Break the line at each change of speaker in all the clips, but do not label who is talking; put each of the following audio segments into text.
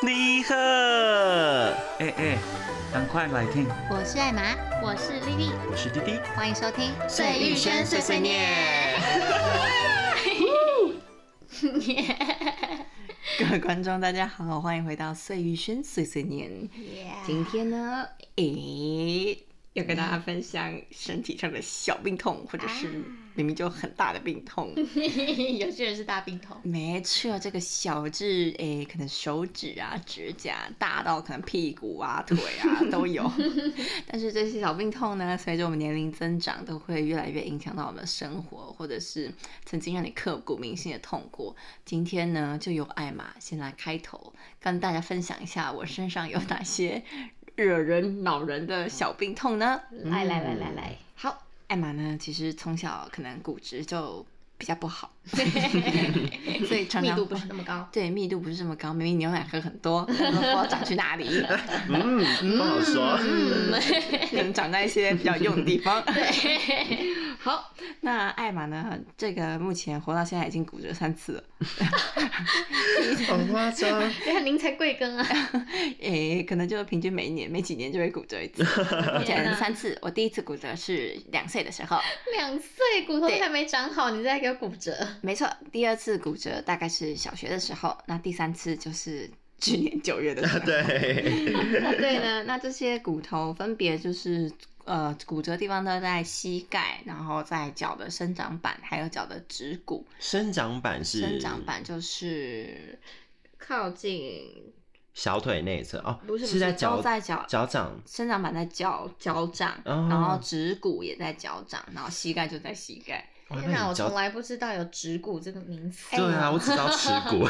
你好，哎哎，赶快来听，
我是艾玛，我是丽丽，
我是滴滴。
欢迎收听《
碎玉轩碎碎念》。各位观众，大家好，欢迎回到碎玉轩碎碎念。今天呢，诶、要跟大家分享身体上的小病痛，或者是明明就很大的病痛。
有些人是大冰头，
没错，这个小至诶、可能手指啊、指甲，大到可能屁股啊、腿 啊都有。但是这些小病痛呢，随着我们年龄增长，都会越来越影响到我们的生活，或者是曾经让你刻骨铭心的痛过。今天呢，就由艾玛先来开头，跟大家分享一下我身上有哪些惹人恼人的小病痛呢？
来来来来来，
好，艾玛呢，其实从小可能骨质就比较不好，所以 常
密
常
度不是那么高。
对密度不是这么高，明明牛奶喝很多，但都不知道长去哪里，
嗯，不好说。
嗯，可能长在一些比较用的地方。
对，
好，那艾玛呢？这个目前活到现在已经骨折三次了，
好夸张，
等下您才贵庚啊？
诶、可能就平均每一年、每几年就会骨折一次，目前三次。我第一次骨折是两岁的时候，
两岁骨头
对
还没长好，你再给我骨折，
没错，第二次骨折大概是小学的时候，那第三次就是去年九月 的时候。
对，
对呢，那这些骨头分别就是呃骨折地方都在膝盖，然后在脚的生长板，还有脚的趾骨。
生长板是
生长板就是靠近
小腿内侧哦，
不是不
是在
是
脚
都在脚
脚掌，
生长板在脚脚掌，
哦
然后趾骨也在脚掌，然后膝盖就在膝盖。
哇
天
那
哪，
你
我从
脚
来不知道有指骨这个名词。
对
哎
啊，我只知道耻骨，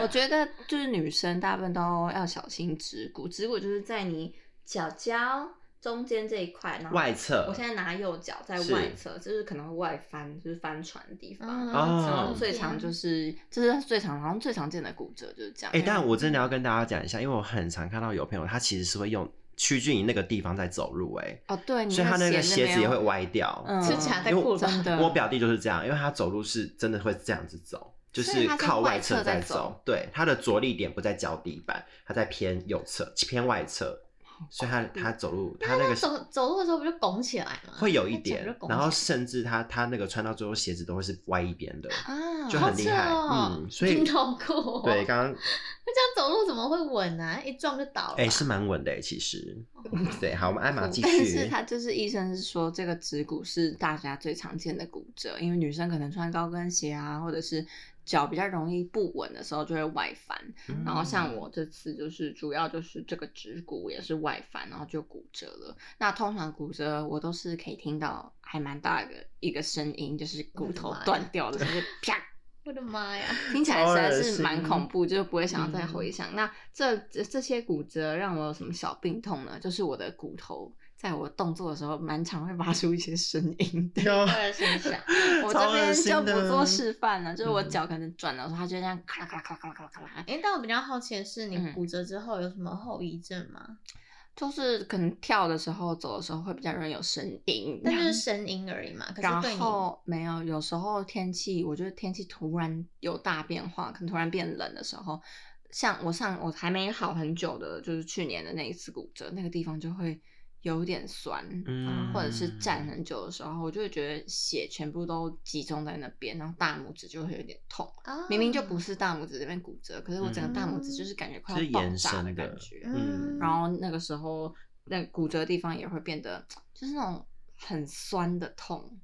我觉得就是女生大部分都要小心趾骨，趾骨就是在你脚脚中间这一块，然后
外侧
我现在拿右脚在
是
外侧，就是可能会外翻，就是翻船的地
嗯
方。
哦
然后啊最常
啊
就是，这是最常，好像最常见的骨折就是这样。
哎、但我真的要跟大家讲一下，因为我很常看到有朋友他其实是会用屈俊莹那个地方在走路、哎、
哦，对，你
所以他那个鞋子也会歪掉。
嗯
是夹在
因为
裤
我
子。
真的。
我表弟就是这样，因为他走路是真的会这样子走，就
所以
是
他在
靠
外
外
侧
侧
在
在走。
走
对，他的着力点不在脚底板，他在偏右侧，偏外侧，所以他他走路他那
那
个
走走路的时候不就拱起来吗？
会有一
那脚就
点
拱，起来
然后甚至他他那个穿到最后鞋子都会是歪一边的，
啊，
就
好
很厉
扯
害。
哦
嗯，所以
听到过。
对，刚刚
那这样走路怎么会稳啊？一撞就倒了吧。
哎是蛮稳的哎，其实对，好，我们艾玛继
哦但是
续。
他就是医生是说，这个趾骨是大家最常见的骨折，因为女生可能穿高跟鞋啊，或者是脚比较容易不稳的时候就会外翻。
嗯
然后像我这次就是主要就是这个指骨也是外翻，然后就骨折了。那通常骨折我都是可以听到还蛮大的一个声音，就是骨头断掉的，就是 啪。
我的妈呀！
听起来实在
超恶
是
心嗯
蛮恐怖，就是不会想要再回想。那这这这些骨折让我有什么小病痛呢？就是我的骨头在我动作的时候，蛮常会发出一些声音的。
哟
二心想，
嗯哎超
我这
恶
边
心
就
的嗯
不做示范了，就是我脚可能转的时候，它就这样咔啦咔啦咔啦咔啦咔啦咔啦，
哎，但我比较好奇的是，你
嗯
骨折之后有什么后遗症吗？
就是可能跳的时候、走的时候会比较容易有声音。
那就是声音而已嘛。可是对
然
你，
后没有，有时候天气，我觉得天气突然有大变化，可能突然变冷的时候，像我上我还没好很久的，就是去年的那一次骨折，那个地方就会有点酸，啊
嗯
或者是站很久的时候，我就会觉得血全部都集中在那边，然后大拇指就会有点痛。
哦
明明就不，是大拇指这边骨折，可是我整个大拇指就是感觉快
啊嗯
要爆
就是
炸
延伸的
感觉，
嗯
然后那个时候那骨折的地方也会变得就是那种很酸的痛。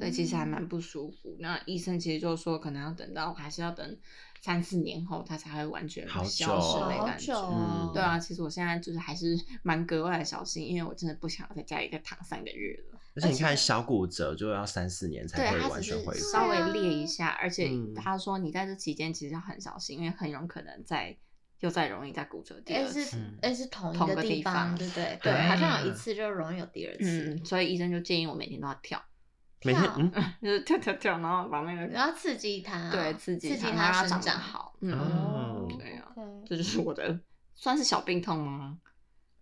所以其实还
嗯
蛮不舒服。那医生其实就说，可能要等到还是要等三四年后，它才会完全
好
消失
久
的
好
感
久
觉。
哦
嗯。
对啊，其实我现在就是还是蛮格外的小心，因为我真的不想要在家里再躺三个月了。
而且你看小骨折就要三四年
对
才，会
它
完
只
全恢
是
复。
稍微裂一下，而且
嗯
他说你在这期间其实要很小心，因为很有可能再又再容易再骨折第
哎
二次。
是
嗯
哎是同一
同
个
个地
地
方
对不对？
对
对，好像
嗯
有一次就容易有第二 次
嗯，，所以医生就建议我每天都要跳，
每天
跳
嗯，
就是跳跳跳，然后把那个
你要刺激它，
对刺激
刺激
它
生
让长得
长。
好。嗯，
哦
对啊，
OK
这就是我的算是小病痛吗？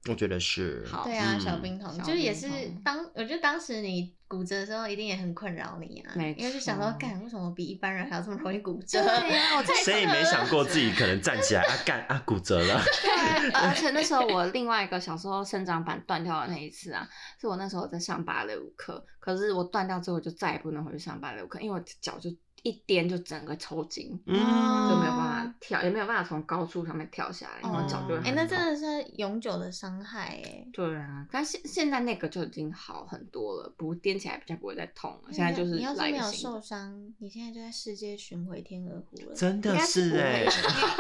我觉得是。
好
对啊，
嗯
小冰桶
小
就也
冰
是
桶
当，我觉得当时你骨折的时候一定也很困扰你啊，
没
因为就想说，
错
干为什么我比一般人还要这么容易骨折？
对啊，我 在
谁也没想过自己可能站起来啊干啊骨折了，
对，呃而且那时候我另外一个小时候生长板断掉的那一次啊，是我那时候在上芭蕾舞课，可是我断掉之后我就再也不能回去上芭蕾舞课，因为我脚就一颠就整个抽筋，
嗯，
就没有办法跳，也没有办法从高处上面跳下来，然后脚就会
哦
哎、
很痛。
那真的是永久的伤害哎、
对啊，但现现在那个就已经好很多了，不颠起来比较不会再痛了。现在就是
你要
来
是
一
没
个
有
新的
受伤，你现在就在世界巡回天鹅湖了。
真
应
的
该是不
是
会
哎、
因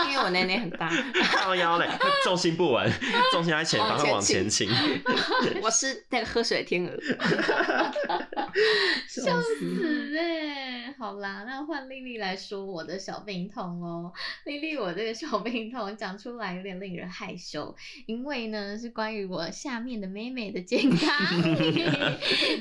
为因为我奶奶很大，
靠腰嘞，会重心不稳，重心在前方，会往前倾。
我是那个喝水的天鹅。
笑死哎、好啦，那换丽丽来说我的小病痛哦。丽丽，我这个小病痛讲出来有点令人害羞，因为呢是关于我下面的妹妹的健康。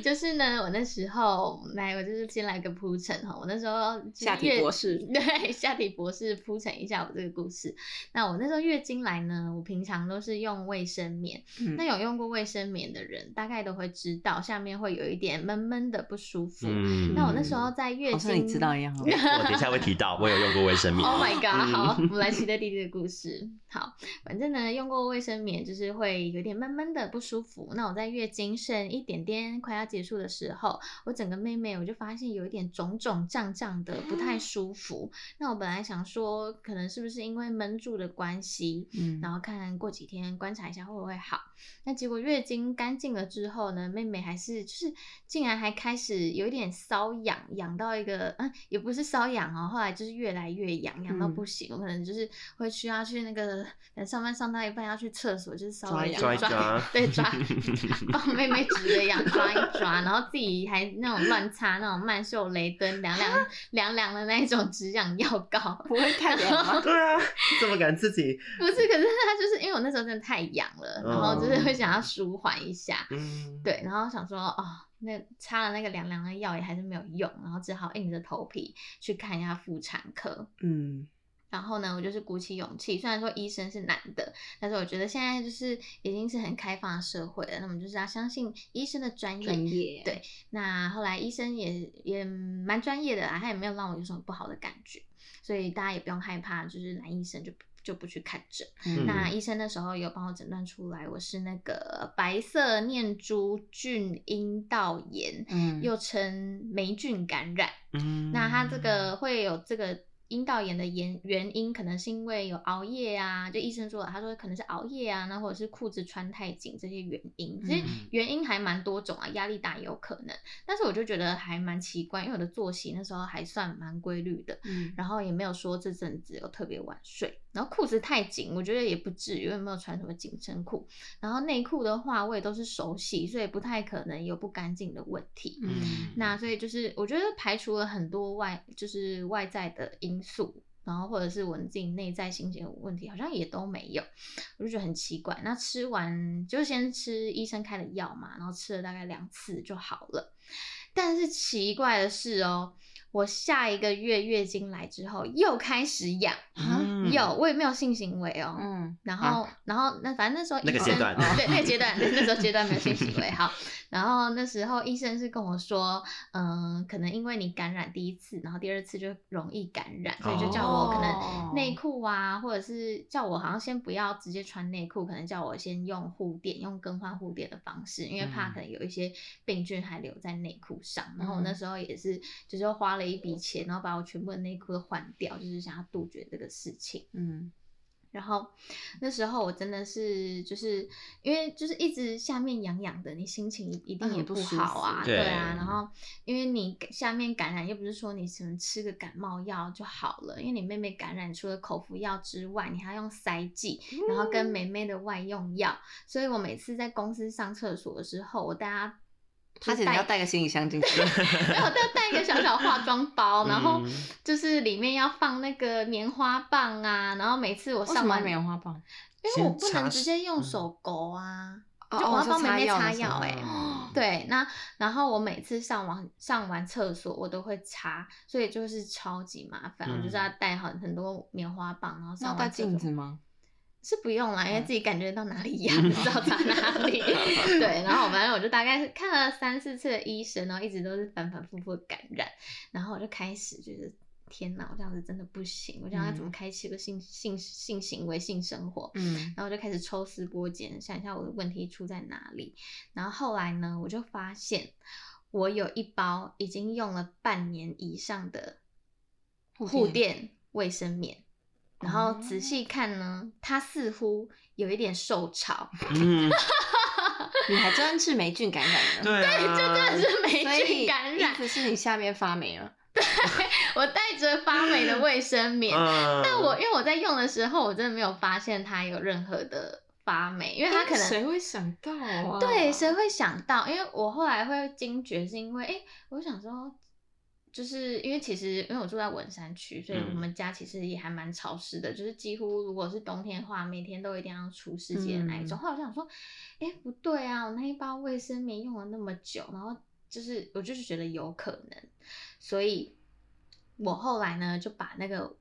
就是呢，我那时候来，我就是先来个铺陈哈，我那时候就是
下体
月
博士
对下体博士铺陈一下我这个故事。那我那时候月经来呢，我平常都是用卫生棉。
嗯
那有用过卫生棉的人，大概都会知道下面会有一点闷闷的不舒服。
嗯
那我那时候在月
好像
经，
你知道一样 哦。
我等一下会提到，我有用过卫生棉。
Oh my god！
嗯
好，我们来期待弟弟的故事。好，反正呢，用过卫生棉就是会有点闷闷的不舒服。那我在月经剩一点点快要结束的时候，我整个妹妹我就发现有一点肿肿胀胀的，不
啊
太舒服。那我本来想说，可能是不是因为闷住的关系，
嗯
然后看过几天观察一下会不会好。那结果月经干净了之后呢，妹妹还是就是竟然还开始有一点瘙痒，痒到一个嗯，也不是瘙痒哦，后来就是越来越痒，痒到
嗯
不行，我可能就是会需要去那个呃上班上到一半要去厕所，就是稍微
抓
一抓抓一抓
对抓， 帮妹妹止个痒抓一抓，然后自己还那种乱擦那种曼秀雷敦凉凉凉凉的那一种止痒药膏，
不会太凉吗？
对啊，怎么敢自己？
不是，可是他就是因为我那时候真的太痒了，然后就是会想要舒缓一下，
嗯，
对，然后想说哦，那擦了那个凉凉的药也还是没有用，然后只好硬着头皮去看一下妇产科。
嗯，
然后呢，我就是鼓起勇气，虽然说医生是男的，但是我觉得现在就是已经是很开放的社会了，那我们就是要相信医生的专业。
专业。
对那后来医生也也蛮专业的啦，他也没有让我有什么不好的感觉，所以大家也不用害怕，就是男医生就不就不去看诊。
嗯
那医生那时候有帮我诊断出来，我是那个白色念珠菌阴道炎，
嗯
又称霉菌感染。
嗯
那它这个会有这个阴道炎的原原因，可能是因为有熬夜啊，就医生说了，他说可能是熬夜啊，那或者是裤子穿太紧这些原因，其实
嗯
原因还蛮多种啊，压力大也有可能。但是我就觉得还蛮奇怪，因为我的作息那时候还算蛮规律的，
嗯
然后也没有说这阵子有特别晚睡，然后裤子太紧，我觉得也不至于，因为没有穿什么紧身裤。然后内裤的话，我也都是手洗，所以不太可能有不干净的问题。
嗯
那所以就是，我觉得排除了很多外，就是外在的因素，然后或者是我自己内在心情的问题，好像也都没有，我就觉得很奇怪。那吃完就先吃医生开的药嘛，然后吃了大概两次就好了。但是奇怪的是哦，我下一个月月经来之后又开始痒，
嗯
有我也没有性行为哦，
嗯
然后，然后那反正那时候
啊那
医
个
生哦
阶段
对那个阶段，那时候阶段没有 性行为好。然后那时候医生是跟我说，嗯、可能因为你感染第一次，然后第二次就容易感染，所以
哦
就叫我可
哦
能
能
内裤啊，或者是叫我好像先不要直接穿内裤，可能叫我先用护垫，用更换护垫的方式，因为怕
嗯
可能有一些病菌还留在内裤上。然后我那
嗯
时候也是，就是花了一笔钱，然后把我全部的内裤都换掉，就是想要杜绝这个事情。
嗯
然后那时候我真的是就是因为就是一直下面痒痒的，你心情一定
嗯
也
不
不
舒
好啊，
服
对
对
啊。然后因为你下面感染，又不是说你只能吃个感冒药就好了，因为你妹妹感染除了口服药之外，你还要用塞剂，然后跟
嗯
妹妹的外用药，所以我每次在公司上厕所的时候，我大家
他简直要带个行李箱进去。
没有，但带一个小小化妆包，然后
嗯
就是里面要放那个棉花棒啊，然后每次我
为什
上
么
完
棉花棒？
因为
先
我不
擦
能直接用
嗯
手勾啊。
哦就
我要帮妹妹擦药
哎、
欸 对，那然后我每次上完上完厕所，我都会擦，所以
嗯
就是超级麻烦。我就是要带很很多棉花棒，然后
那
上
要带
完厕
镜
所
子吗？
是不用啦，因为自己感觉到哪里痒，
嗯
知道打哪 里。对，然后反正我就大概是看了三四次的医生，然后一直都是反反复复的感染，然后我就开始觉得。天哪，我这样子真的不行！我这样要怎么
嗯
开启一个性、性性行为、性生活？
嗯
然后我就开始抽丝剥茧，想一下我的问题出在哪里。然后后来呢，我就发现我有一包已经用了半年以上的
护
护
垫
垫卫生棉，然后
哦
仔细看呢，它似乎有一点受 潮，
嗯，
你还真是霉菌感染了，
对啊，
这真的是
所
霉
以
菌感染
意。思是你下面发霉了。
我带着发霉的卫生棉，
嗯，
但我因为我在用的时候，我真的没有发现它有任何的发霉， 因为它可能
哎会想到啊
对，谁会想到？因为我后来会惊觉，是因为哎、诶我想说，就是因为其实因为我住在文山区，所以我
嗯
们家其实也还蛮潮湿的，就是几乎如果是冬天的话，每天都一定要除湿机的那一种。
嗯
后来我想说，哎、不对啊，我那一包卫生棉用了那么久，然后就是我就是觉得有可能，所以我后来呢就把那个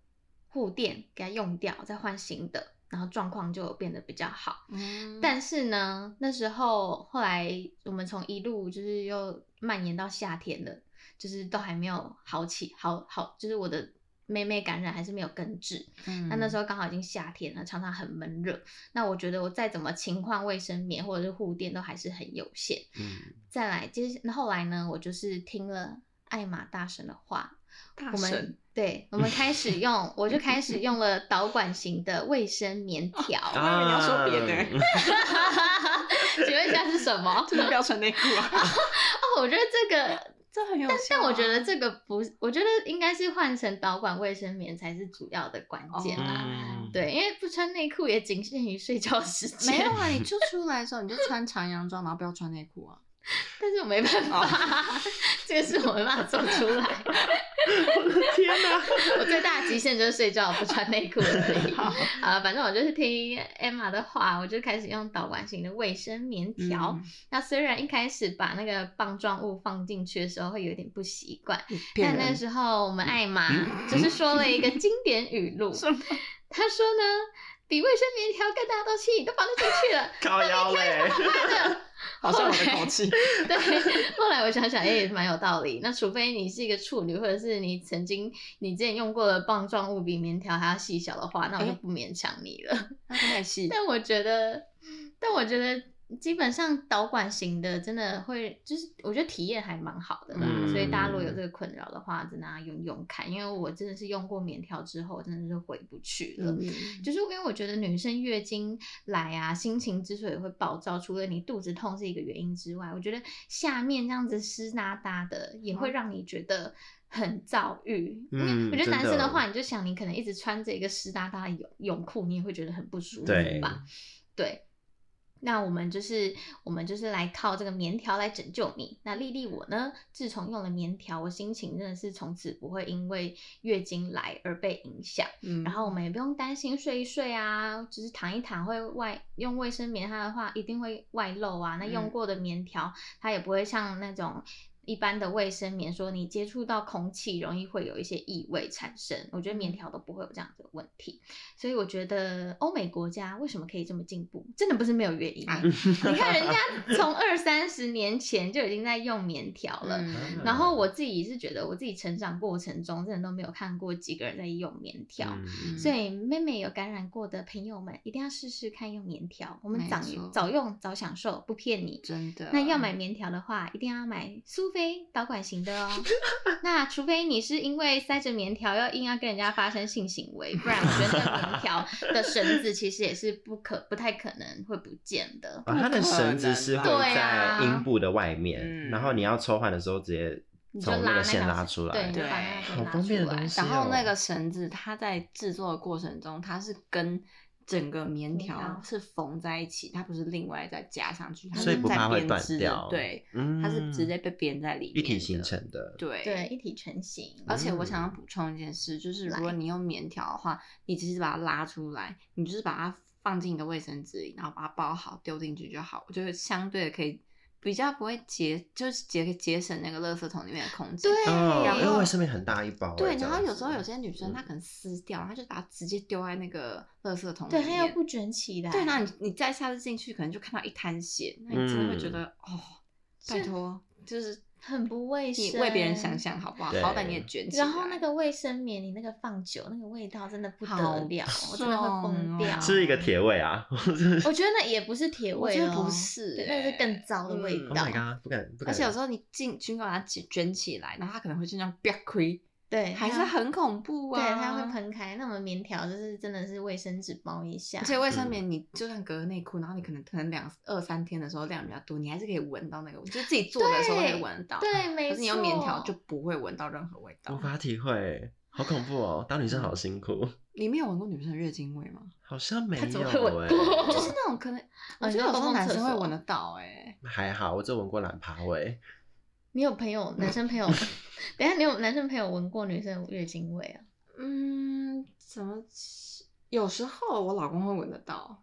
护垫给它用掉，再换新的。然后状况就有变得比较好，
嗯
但是呢，那时候后来我们从一路就是又蔓延到夏天了，就是都还没有好起，好好就是我的妹妹感染还是没有根治。那、那时
候
候刚好已经夏天了，常常很闷热。那我觉得我再怎么勤换卫生棉或者是护垫都还是很有限。
嗯
再来，接下那后来呢，我就是听了艾玛大神的话，
嗯大
我
神
们对我们开始用，我就开始用了导管型的卫生棉条。
我以为你要说别的
啊
请问一下是什么？
真的不要穿内裤 啊，
哦，我觉得这个，
这很有效啊。
但我觉得这个不，我觉得应该是换成导管卫生棉才是主要的关
哦
键啦。
嗯
对，因为不穿内裤也仅限于睡觉时间，
没有啊，你就出来的时候你就穿长洋装，然后不要穿内裤 啊。
但是我没办
哦
法，这个是我没办法做出来。
天哪，
我最大的极限就是睡觉不穿内裤而已。
好，
啊，反正我就是听 Emma 的话，我就开始用导管型的卫生棉条。
嗯，
那虽然一开始把那个棒状物放进去的时候会有点不习惯，
嗯骗
但那
人。
时候我们艾玛
嗯
就是说了一个经典语录，
什么
她说呢，比卫生棉条更大的东西你都放得进去了，
高腰嘞，
妈的！
好像我的 口气。
对， 后来我想想，哎、也是蛮有道理。那除非你是一个处女，或者是你曾经你之前用过的棒状物比棉条还要细小的话，那我就
哎
不勉强你了。
那个太细，
但我觉得，但我觉得基本上导管型的真的会，就是我觉得体验还蛮好的啦。
嗯
所以大家如果有这个困扰的话，真的要用用看，因为我真的是用过棉条之后，真的是回不去了。
嗯
就是因为我觉得女生月经来啊，心情之所以会暴躁，除了你肚子痛是一个原因之外，我觉得下面这样子湿哒哒的也会
嗯
让你觉得很躁郁。因为
嗯
我觉得男生
真
的
的
话，你就想你可能一直穿着一个湿哒哒的泳泳裤，你也会觉得很不舒服
对
吧？对。那我们就是我们就是来靠这个棉条来拯救你。那丽丽我呢，自从用了棉条，我心情真的是从此不会因为月经来而被影响。
嗯
然后我们也不用担心睡一睡啊，只是躺一躺会外用卫生棉，它的话一定会外漏啊。那用
嗯
过的棉条，它也不会像那种一般的卫生棉，说你接触到空气容易会有一些异味产生。我觉得
嗯
棉条都不会有这样子的问题，所以我觉得欧美国家为什么可以这么进步，真的不是没有原因。欸
啊
你看人家从二三十年前就已经在用棉条了，
嗯
然后我自己是觉得，我自己成长过程中真的都没有看过几个人在用棉条，
嗯
所以妹妹有感染过的朋友们一定要试试看用棉条，我们
没
早
错
早用早享受，不骗你。
真的，嗯
那要买棉条的话，一定要买苏菲导管型 的哦。那除非你是因为塞着棉条要硬要跟人家发生性行为，不然我觉得那个棉条的绳子其实也是不可不太可能会不见的。
啊，它的
不可
绳子
能
是
吧
会
对
在
啊
阴部的外面，
嗯
然后你要抽换的时候直接
你就
从那
拉
个
那
线
条
拉
绳
出来
对，你。就把
对
那条
好
拿
方
出
便的
来
东西
然后那
哦
个绳子，它在制作的过程中，它是跟整个棉
棉
条
条
是缝在一起，它不是另外再加上去，它
所以
是
不
在
怕会
编
断
织的
掉
对，
嗯
它是直接被编在里面，
一体形。成的，
对
对，一体成型。
而且我想要
嗯
补充一件事，就是如
来
果你用棉条的话，你只是把它拉出来，你就是把它放进一个卫生纸里，然后把它包好丢进去就好，我觉得相对的可以比较不会节，就是节节省那个垃圾桶里面的空间。
对，
哦，
然
因为
后
我身边很大一包欸。
对，
这
然后
样
有时候
子
有些女生她可能撕掉，她就把它直接丢在那个垃圾桶里
对
面。
它又不整齐的啊，
对，那你你再下次进去，可能就看到一滩血，那你真的会觉得、哦，拜
是
托，就是
很不卫
你
生，
为别人想。想好不好？
对
好歹你也卷起来。
然后那个卫生棉，你那个放久，那个味道真的不得
好
了，我真的会
重
疯
哦
掉。
是不是一个铁胃啊
我觉得那也不是铁
我
味
觉
哦，
得不是、
对
欸，嗯
那是更糟的味
？Oh
道
my god，不敢不敢。
而
啊
且有时候你进去把它卷卷起来，然后它可能会就这样啪亏，
对，
还是
它
很恐怖啊。
对，它会。喷开。那我们棉条就是真的是卫生纸包一下
而，且卫生
嗯
棉，你就算隔内裤，然后你可能可能两二三天的时候量比较多，你还是可以闻到那个，就是自己做的时候可以
对
闻到。
对，没错。
可是你用棉条就不会闻到任何味
无
道。
法体会，好恐怖哦！当女生
嗯
好辛苦，
你没有闻过女生的月经味吗？
好像没有
她怎么
哎、
会闻过哦
就是那种可能，我
你
觉得
说
有时
公
候
共
男
厕
生会
所啊
闻得到哎、
还好，我只有闻过懒爬味，
你有朋友男生朋 友，等一下你有男生朋友闻过女生的月经味啊？
嗯，怎么？有时候我老公会闻得到，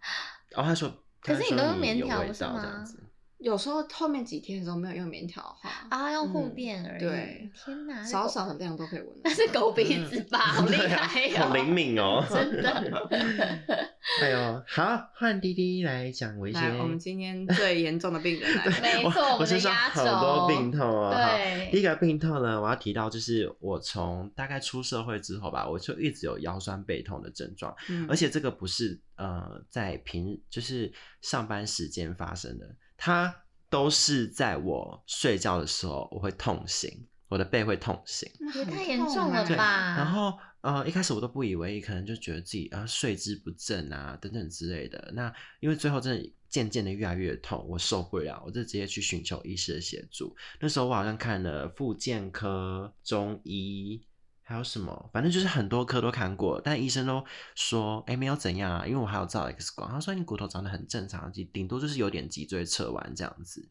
然、哦、后他说，
可
他
是你
说
都用
你
棉
有
条
味
不是
道这
吗
样子，
有时候后面几天的时候没有用棉条的话，
啊，要护
嗯
便而已。
对
天哪，那
少
狗
少的量都可 以闻得
那
到。
是狗鼻
嗯
子 吧？好 厉
对啊
害哦，
好灵，敏哦，
真 的。
哎呦，好，换滴滴来讲我一些，
来，我们今天最严重的病人来了，
没错
我
我们的
身上
压
好多
轴
病痛哦。好
对
第一个病痛呢，我要提到就是我从大概出社会之后吧，我就一直有腰酸背痛的症状，
嗯
而且这个不是呃在平就是上班时间发生的，它都是在我睡觉的时候我会痛醒，我的背会痛醒。
那
也
很
太严
痛
重
啊
了吧？
然后呃，一开始我都不以为意，可能就觉得自己啊、呃睡姿不正啊等等之类的。那因为最后真的渐渐的越来越痛，我受不了，我就直接去寻求医师的协助。那时候我好像看了复健科、中医。还有什么？反正就是很多科都看过，但医生都说，哎、没有怎样啊，因为我还有照 X 光，他说你骨头长得很正常，顶顶多就是有点脊椎侧弯这样子。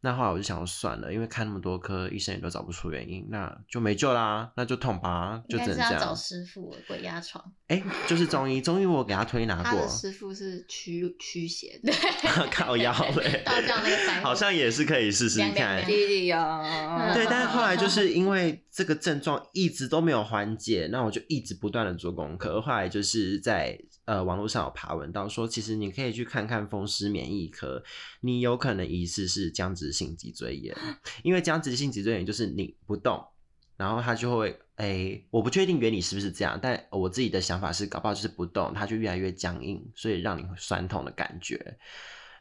那后来我就想说算了，因为看那么多科，医生也都找不出原因，那就没救啦，那就痛吧，就
应
只
该
能
是
这
要
样
找。师傅鬼压床，
哎、就是中医，中医我给他推拿
他
过
的，师傅是驱驱邪的，
靠 腰嘞
道教那个白，
好像也是可以试试
凉凉
看。
凉
弟弟啊，
对，但是后来就是因为这个症状一直都没有缓解，那我就一直不断的做功课。后来就是在呃网络上有爬文到说，其实你可以去看看风湿免疫科，你有可能疑似是僵直性脊椎炎，因为僵直性脊椎炎就是你不动，然后它就会诶、我不确定原理是不是这样，但我自己的想法是，搞不好就是不动，它就越来越僵硬，所以让你会酸痛的感觉。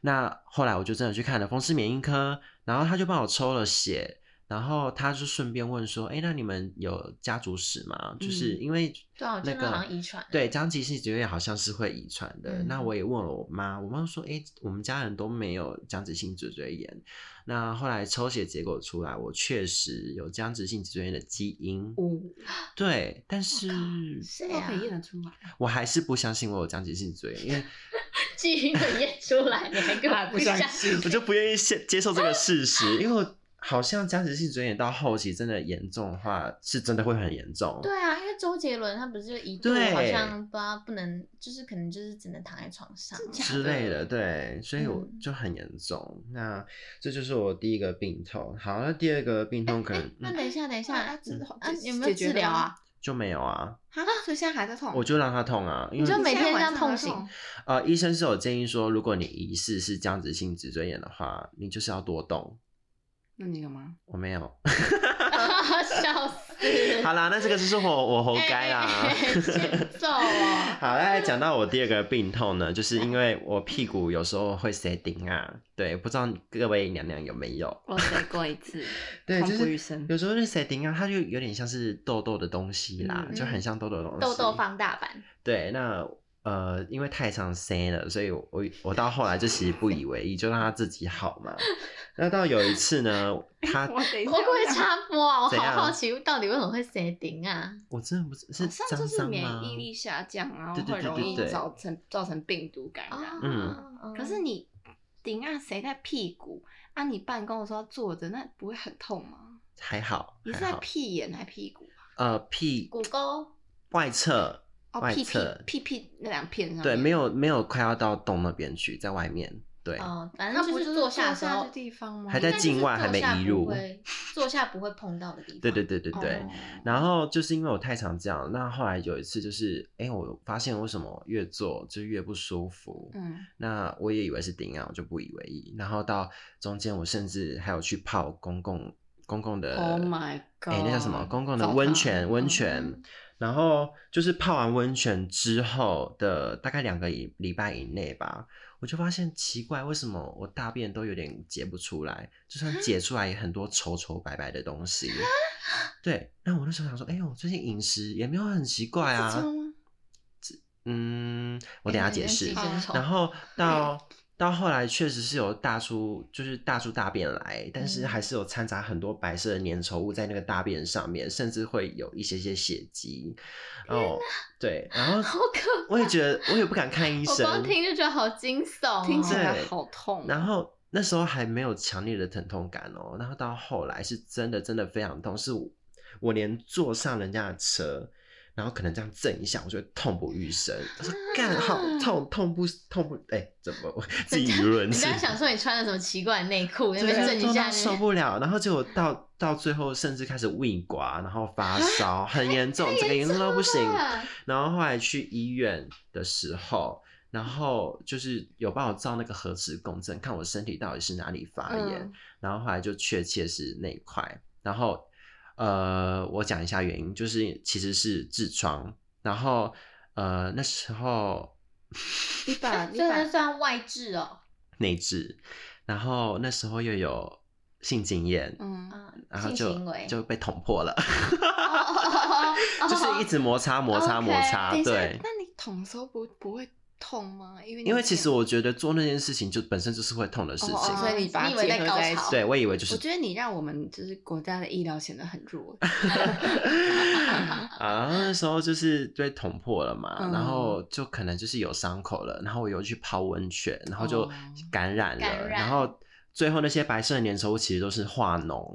那后来我就真的去看了风湿免疫科，然后他就帮我抽了血，然后他就顺便问说：“哎，那你们有家族史吗？就是
嗯
因为
对啊我
那
听
个
到好像遗传欸
对僵直性脊椎炎好像是会遗传的。那
嗯
我也问了我妈，我妈说：哎，我们家人都没有僵直性脊椎炎。那后来抽血结果出来，我确实有僵直性脊椎炎的基因。
五
对，但是
谁
都
啊
可？以验得出来，
我还是不相信我有僵直性脊椎炎，因为
基因的验出来，你还干嘛不相信？
我就不愿意接接受这个事实，因为我好像僵直性脊椎炎到后期真的严重的话，是真的会很严重。
对啊，因为周杰伦他不是就一度
对
好像不知道不能，就是可能就是只能躺在床上，
真假
之类的，
的
对，所以我
嗯
就很严重。那这就是我第一个病痛。好，那第二个病痛可能、
那
嗯
等一下，等一下，
啊
啊
啊治好，
啊
这
有没有
解决
治疗
了吗
啊？
就没有啊，
啊，所以现在还在痛，
我就让他痛啊，因
你
为
就
你
每
现在
天这
晚
样
上还
痛醒
呃，医生是有建议说，如果你疑似是僵直性脊椎炎的话，你就是要多动。
那你有吗？
我没有，
哎笑死！
好啦，那这个就是我我活该啦。
哎哎哎欠揍
啊
哦！
好，来讲到我第二个病痛呢，就是因为我屁股有时候会塞钉啊，对，不知道各位娘娘有没有？，
我摔过一次
对，就
痛不欲
是
生。
有时候那塞钉啊，它就有点像是痘痘的东西啦，
嗯
就很像痘痘的东西。
痘痘放大版，
对，那呃，因为太常塞了，所以我我我到后来就其实不以为意，就让它自己好 嘛。那到有一次呢，它
我等一
我
下，
会不会插播啊？我
怎
好
样
好奇，到底为什么会塞顶啊？
我真的不是是
好像
脏
就是
脏
免
吗？
疫力下降，然后
对对
会
对
容
对
易
对
造成造成病毒感染。
嗯
嗯
可是你顶啊，谁在屁股啊？你办公的时候坐着，那不会很痛吗？
还好，
你是
还
在
好。
屁眼还屁股吧？
呃，屁
骨沟
外侧
哦，
外
屁屁
侧
屁屁那两片上面
对，没有没有快要到洞那边去，在外面。对，
哦，反
那
正
不
就
就是坐
坐下
下的
的时候
的地方吗？
还在
应该就是
境外还没
坐下
移
不
入
会坐下不会碰到的地方。
对对对对对。
哦
然后就是因为我太常这样，那后来有一次就是，哎，我发现为什么越做就越不舒服。
嗯，
那我也以为是顶啊，我就不以为意。然后到中间，我甚至还有去泡公共公共的
Oh my
哎，那叫什么？
God，
公共的
澡
温
堂
泉，温
嗯
泉。然后就是泡完温泉之后的大概两个礼礼拜以内吧，我就发现奇怪，为什么我大便都有点解不出来，就算解出来也很多稠稠白白的东西。对，那我那时候想说，哎、我最近饮食也没有很奇怪
是这样
啊。
吗
嗯，我等一下解释。
好
然后
嗯
到到后来确实是有大出，就是大出大便来，但是
嗯
还是有掺杂很多白色的粘稠物在那个大便上面，甚至会有一些些血迹。哦，对，然后
好可怕！
我也觉得我也不敢看医
我
生，
光听就觉得好惊悚、哦，
听起来
对
好痛哦。
然后那时候还没有强烈的疼痛感哦，然后到后来是真的真的非常痛，是我我连坐上人家的车，然后可能这样震一下，我就会痛不欲生。我
啊
说干好痛，痛不痛不哎、怎么 我自己舆论
人
是？
家想说你穿了什么奇怪的内裤，那
对啊
边震
痛
一下
到，受不了，然后结果到到最后甚至开始胃刮，然后
啊
发烧，很严重，整个严重到不 行。然后后来去医院的时候，然后就是有帮我照那个核磁共振，看我身体到底是哪里发炎，
嗯
然后后来就确切是那一块。然后呃，我讲一下原因，就是其实是痔疮，然后呃那时候
你把你
这
把
个算外痔哦，
内痔，然后那时候又有性经验，
嗯
啊
然，后
性
就
行为哦
就被捅破了，
就
就是一直摩 擦摩擦摩
OK，
擦
哦等一下
啊对。
那你捅的时候不不会痛吗？因为你
因为其实
我
我觉得做那件事情就本身就是会痛的事情，
哦哦所以你把它
你以为
结
在
合
高
在一
潮
起
对我以为就是哦
我觉得你让我们就是国家的医疗显得很弱。
啊，那时候就是被捅破了嘛，
嗯
然后就可能就是有伤口了，然后我又去泡温泉，然后就
哦
感染了，
感染
然后最后那些白色的粘稠物其实都是化脓。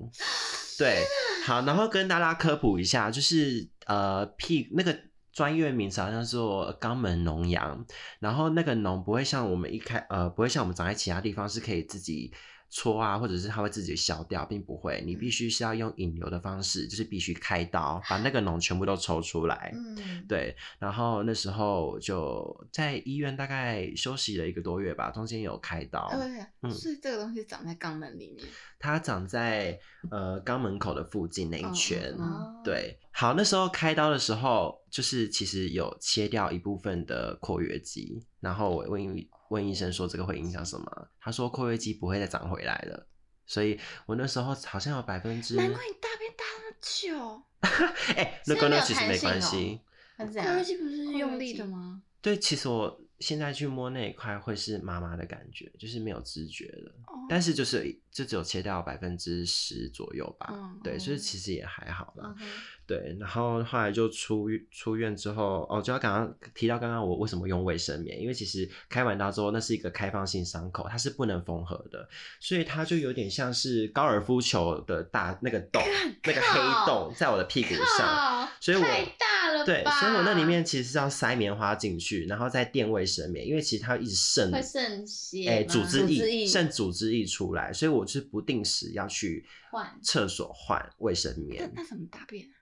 对，好，然后跟大家科普一下，就是呃屁那个。专业名词好像是做肛门脓疡，然后那个脓不会像我们一开呃不会像我们长在其他地方是可以自己搓啊，或者是它会自己消掉，并不会，你必须是要用引流的方式，就是必须开刀把那个脓全部都抽出来。
嗯，
对，然后那时候就在医院大概休息了一个多月吧，中间有开刀，
哎对
嗯
对，所以这个东西长在肛门里面。
它长在呃肛门口的附近那
嗯
一
嗯
圈。
嗯
哦，
对，好，那时候开刀的时候，就是其实有切掉一部分的括约肌，然后我问医问医生说这个会影响什么，他说括约肌不会再长回来了，所以我那时候好像有百分之，
难怪你大便大那么久，
哎、那
现在
跟
没
那
有
其实
弹
没
性
关
哦
系。
他是这
括约
样，
肌不是啊
括约
用力的
肌
吗？
对，其实我现在去摸那一块会是麻麻的感觉，就是没有知觉了。
哦
但是就是就只有切掉百分之十左右吧，
哦
嗯
对，所以
嗯
其实也还好啦。
嗯哼
对，然后后来就出狱出院之后，哦，就要刚刚提到刚刚我为什么用卫生棉，因为其实开完刀之后，那是一个开放性伤口，它是不能缝合的，所以它就有点像是高尔夫球的大那个洞，那个黑
靠
洞在我的屁股上，
靠，
所以我
太大了吧，
对，所以我那里面其实是要塞棉花进去，然后再垫卫生棉，因为其实它一直渗
会渗血吗，
哎，组织
组织
液
液
剩组织液出来，所以我是不定时要去
换
厕所换卫生
那
棉。
那怎么大便啊？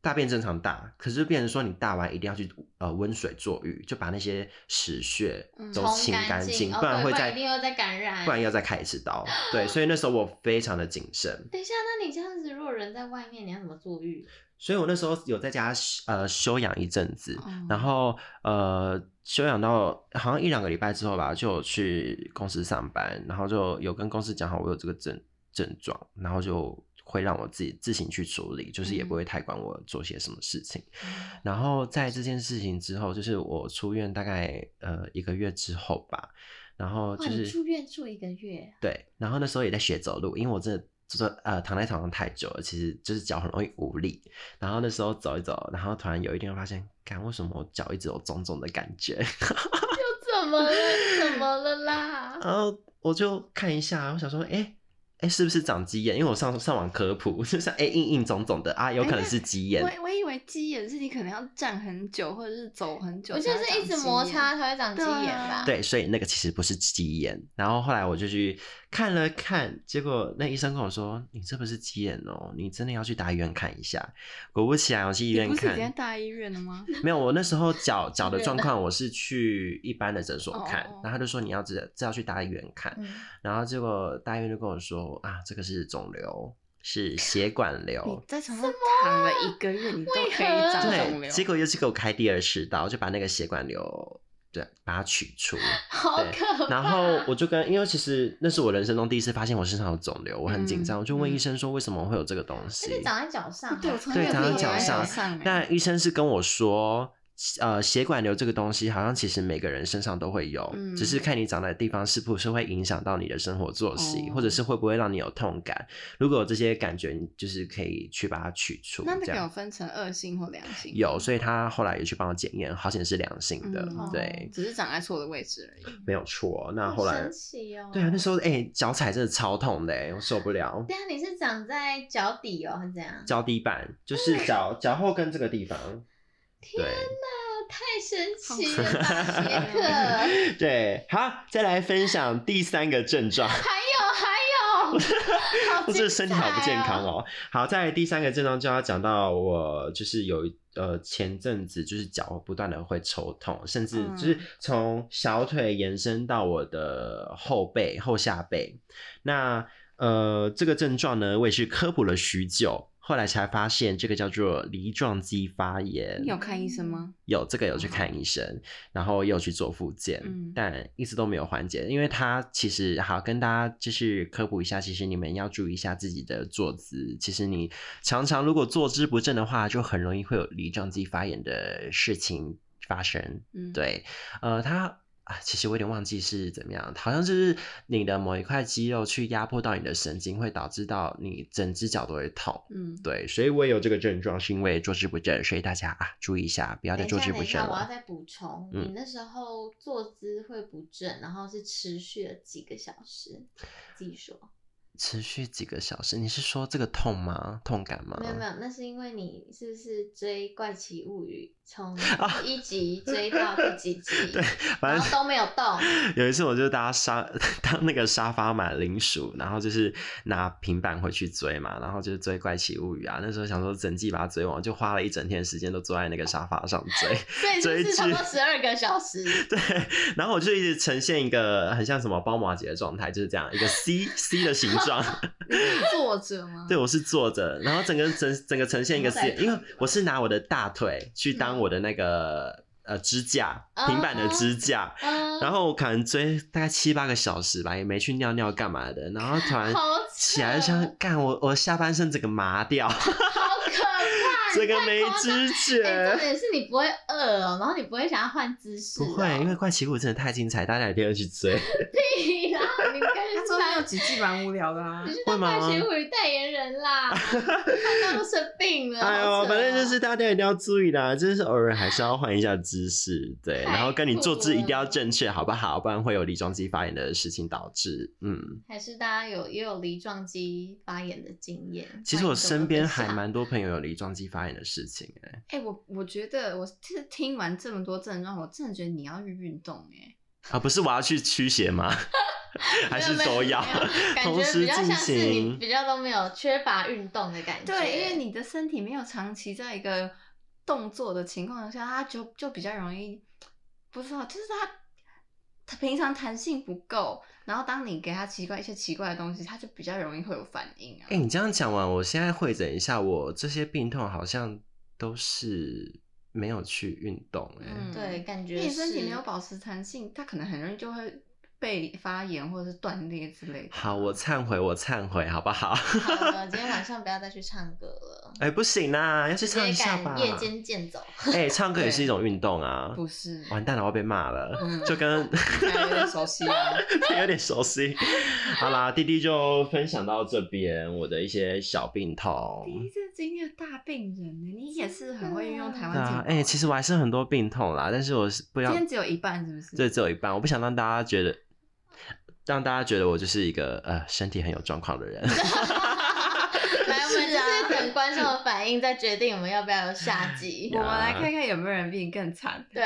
大便正常大，可是变成说你大完一定要去呃温水做浴，就把那些屎屑
嗯
都
冲
清
干
干
净
净，
哦
不然
对
会
不
再
然一定又再感染
不然要再开一次刀。对，所以那时候我非常的谨慎，
等一下，那你这样子，如果人在外面，你要怎么坐浴？
所以我那时候有在家呃休养一阵子，
哦
然后呃休养到好像一两个礼拜之后吧，就有去公司上班，然后就有跟公司讲好我有这个症症状，然后就会让我自己自行去处理，就是也不
嗯
会太管我做些什么事情。
嗯
然后在这件事情之后，就是我出院大概呃一个月之后吧，然后
哇，
就
你
是
住院住一个月，啊
对，然后那时候也在学走路，因为我真的坐呃躺在床上太久了，其实就是脚很容易无力。然后那时候走一走，然后突然有一天发现，看为什么我脚一直有肿肿的感觉，
又怎么了？怎么了啦？
然后我就看一下，我想说，哎、诶哎、是不是长鸡眼？因为我上上网科普， 就是哎、硬硬肿肿的啊，有可能
哎
是鸡眼。
我我以为鸡眼是你可能要站很久或者是走很久
我
才
就
会长鸡
是
眼，
一直摩擦才会长鸡
对啊
眼吧。
对，所以那个其实不是鸡眼。然后后来我就去看了看，结果那医生跟我说：“你这不是鸡眼哦，你真的要去大医院看一下。”果不其然，我去医
你
院
不是已经在
看，
大医院了吗？
没有，我那时候脚脚的
医院
状况，我是去一般的诊所看，
哦哦哦
然后他就说你要这这要去大医院看，
嗯，
然后结果大医院就跟我说：“啊，这个是肿瘤，是血管
你
瘤。”
在床上躺了一个月，你都可以长
为何
肿
对，
瘤，
结果又是给我开第二次刀，就把那个血管瘤对把它取出。
好
对
可怕。啊
然后我就跟，因为其实那是我人生中第一次发现我身上有肿瘤，我很紧张，
嗯
我就问医生说为什么会有这个东
而
西
且。长在脚上，啊
对我哦从来
对
没有
长在
听过
脚
有人
上
上欸
那医生是跟我说，呃，血管瘤这个东西好像其实每个人身上都会有，
嗯
只是看你长的地方是不是会影响到你的生活作息，
哦
或者是会不会让你有痛感。如果有这些感觉，你就是可以去把它取出。
那那
这
个有
样
分成恶性或良性吗？
有，所以他后来也去帮我检验，好险是良性的，
嗯哦
对，
只是长在错的位置而已。
没有错。那
好
后来
神，奇哦。
对啊，那时候哎、脚踩真的超痛的、哎我受不了。
对啊，你是长在脚底哦，还是怎样？
脚底板，就是脚脚后跟这个地方。
天
对
哪，太神 奇
好
了吧，
神奇
杰
哦
克！还
对，好，再来分享第三个症状，
哦有还有，
我这身体好不健康
哦。
哦。好，在第三个症状就要讲到我就是有一呃前阵子就是脚不断的会抽痛，甚至就是
嗯
从小腿延伸到我的后背后下背。那呃这个症状呢，我也是科普了许久。后来才发现，这个叫做梨状肌发炎。
你有看医生吗？
有这个有去看医生，然后也有去做复健，
嗯
但一直都没有缓解，因为它其实好跟大家就是科普一下，其实你们要注意一下自己的坐姿，其实你常常如果坐姿不正的话，就很容易会有梨状肌发炎的事情发生。
嗯，，
对，呃，它。啊，其实我有点忘记是怎么样，好像就是你的某一块肌肉去压迫到你的神经，会导致到你整只脚都会痛。
嗯，
对，所以我也有这个症状，是因为坐姿不正，所以大家啊注意一下，不要再
等一
坐
下，
姿
等
不
一
正
下，我要
了。
再补充，
嗯
你那时候坐姿会不正，然后是持续了几个小时，自己说。
持续几个小时，你是说这个痛吗？痛感吗？
没有没有，那是因为你是不是追《怪奇物语》从
啊
第一集追到第几集？
对反
然后
正
都没有动。
有一次我就搭沙 当那个沙发买零薯，然后就是拿平板回去追嘛，然后就是追《怪奇物语》啊。那时候想说整季把它追完，我就花了一整天时间都坐在那个沙发上追。
所以是不是差不多十二个小时？
对，然后我就一直呈现一个很像什么包马姐的状态，就是这样一个 C C 的形状。
你是坐着 吗？
对，我是坐着，然后整个整整个呈现一个
然后
视
再嗯
野，因为我是拿我的大腿去当我的那个、呃支架，
哦
平板的支架。
嗯，
然后我可能追大概七八个小时吧，也没去尿尿干嘛的，然后突然
好哦扯
起来就想干我我下半身整个麻掉，
好可怕！
整个
你太
没
夸张
知
哎
觉。
重点是你不会饿哦，然后你不会想要换姿势哦、
不会，因为怪奇物语真的太精彩，大家一定要去追。
屁啦，你跟
他
人
中间有
家
几季蛮无聊的啊
你。是
会
当
吗
怪奇物语代言人啦，他都生病了。
哎
好
呦，
扯
反正就
哦
是大家一定要注意啦，就是偶尔还是要换一下姿势，对，
太
然后跟你坐姿一定要
酷了
正确，好不好？不然会有梨状肌发炎的事情导致。嗯，
还是大家有也有梨状肌发炎的经验。
其实我身边还
欢迎跟
蛮多朋友有梨状肌发炎的事情、哎，
哎、我我觉得我是听完这么多症状，我真的觉得你要去运动哎、
啊，不是我要去驱邪吗？ 还是
没有
都
没有
要
没有感
同
觉
时
比较
进
像是你
行？
比较都没有缺乏运动的感觉。
对，因为你的身体没有长期在一个动作的情况下，它就就比较容易，不知道，就是它它平常弹性不够，然后当你给它奇怪一些奇怪的东西，它就比较容易会有反应啊。
哎、你这样讲完，我现在会诊一下，我这些病痛好像都是没有去运动、哎、
嗯
对感觉
因为你身体
是
没有保持弹性，它可能很容易就会被发炎或者是断裂之类的。
好，我忏悔，我忏悔，好不好？
好了，今天晚上不要再去唱歌了，
哎、不行啦，要去
直
唱一
接
下吧
赶。夜间健 走。
哎、唱歌也是一种运动啊。
不是，
完蛋了，我要被骂了，
嗯
就跟
现在有点熟悉了。
有点熟悉。好啦，弟弟就分享到这边，我的一些小病痛
第。一次经历了大病人呢，你也是很会运用台
对
湾健
啊
保。，
哎、其实我还是很多病痛啦，但是我是不
今
要，
天只有一半，是不是？
这只有一半，我不想让大家觉得。让大家觉得我就是一个呃身体很有状况的 人。
来，我们
是啊
就是等观众的反应再决定我们要不要有下 集
呀。
我们来看看有没有人比你更惨。
对，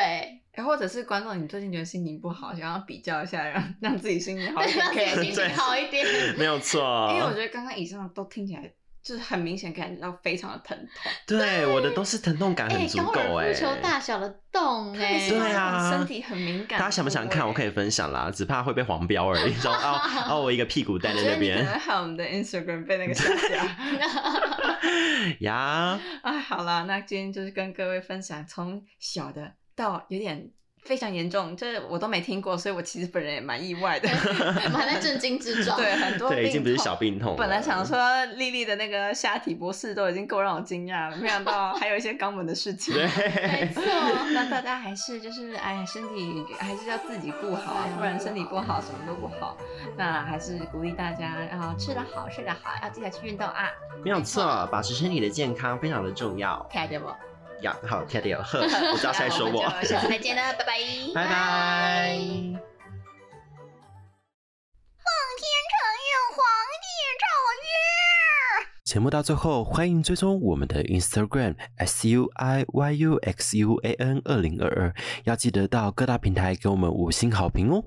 哎，或者是观众，你最近觉得心情不好，想要比较一下，让让自己心情好一
对，
点，
让
可以
自己 心情好一点。
没有错，
因为我觉得刚刚以上都听起来就是很明显感觉到非常的疼痛，
对我的都是疼痛感很足
高
够
尔
哎、
夫球大小的洞 哎、
对啊
身体很敏感。
大家想不想看？我可
以。
以分享啦，只怕会被黄标而 已。说哦哦，我一个屁股
我
蛋
觉
在
得
那
你可能
边
害我们的 Instagram 被那个下架。
呀，
哎，好啦，那今天就是跟各位分享从小的到有点非常严重，这我都没听过，所以我其实本人也蛮意外的。
我们还在震 惊之中。
对，很多
对，已经不是
病痛
小病痛了。
本来想说丽丽的那个下体博士都已经够让我惊讶了，没想到还有一些肛门的事情。
没
哎
对，
错，
那大家还是就是哎，身体还是要自己顾好啊，不然身体不好什么都不好。那还是鼓励大家啊，吃得好，睡得好，要记得去运动啊，
没有错，保持身体的健康非常的重要
听得不？
呀。好，天天有 呵，我知道是在说我
那，们就下
下
次
次再见啦，拜拜。
拜拜。节目到最后，欢迎追踪我们的 Instagram s u i y u x u a n 二零二二，要记得到各大平台给我们五星好评哦。